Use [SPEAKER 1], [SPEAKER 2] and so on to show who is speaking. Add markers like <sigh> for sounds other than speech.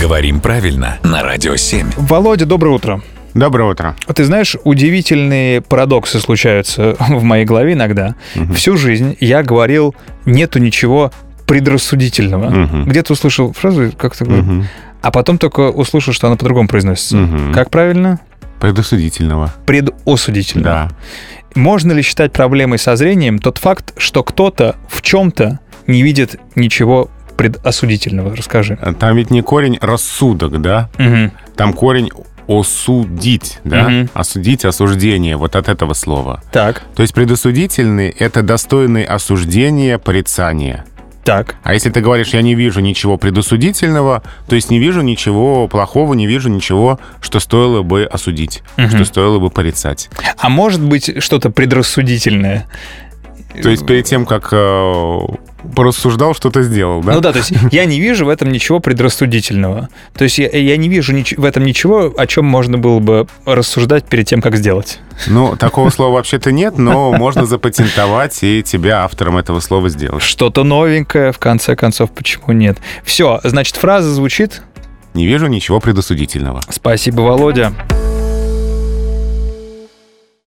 [SPEAKER 1] Говорим правильно на Радио 7.
[SPEAKER 2] Володя, доброе утро.
[SPEAKER 3] Доброе утро.
[SPEAKER 2] Вот Ты знаешь, удивительные парадоксы случаются <laughs> в моей голове иногда. Всю жизнь я говорил, нету ничего предрассудительного.
[SPEAKER 3] Мгм.
[SPEAKER 2] Где-то услышал фразу, как то
[SPEAKER 3] Мгм.
[SPEAKER 2] а потом только услышал, что она по-другому произносится.
[SPEAKER 3] Мгм.
[SPEAKER 2] Как правильно?
[SPEAKER 3] Предусудительного.
[SPEAKER 2] Предосудительно.
[SPEAKER 3] Да.
[SPEAKER 2] Можно ли считать проблемой со зрением тот факт, что кто-то в чем-то не видит ничего предосудительного? Расскажи.
[SPEAKER 3] Там ведь не корень рассудок, да?
[SPEAKER 2] Мгм.
[SPEAKER 3] Там корень осудить, да?
[SPEAKER 2] Мгм.
[SPEAKER 3] Осудить, осуждение, вот от этого слова.
[SPEAKER 2] Так,
[SPEAKER 3] То есть предосудительный — это достойный осуждения, порицания.
[SPEAKER 2] так.
[SPEAKER 3] А если ты говоришь, я не вижу ничего предосудительного, то есть не вижу ничего плохого, не вижу ничего, что стоило бы осудить,
[SPEAKER 2] Мгм.
[SPEAKER 3] что стоило бы порицать.
[SPEAKER 2] А может быть что-то предрассудительное?
[SPEAKER 3] То есть перед тем, как э, порассуждал, что ты сделал, да?
[SPEAKER 2] Ну да, то есть я не вижу в этом ничего предрассудительного. То есть я, я не вижу нич- в этом ничего, о чем можно было бы рассуждать перед тем, как сделать.
[SPEAKER 3] Ну, такого слова вообще-то нет, но можно запатентовать и тебя автором этого слова сделать.
[SPEAKER 2] Что-то новенькое, в конце концов, почему нет? Все, значит, фраза звучит
[SPEAKER 3] Не вижу ничего предосудительного.
[SPEAKER 2] «Спасибо, Володя».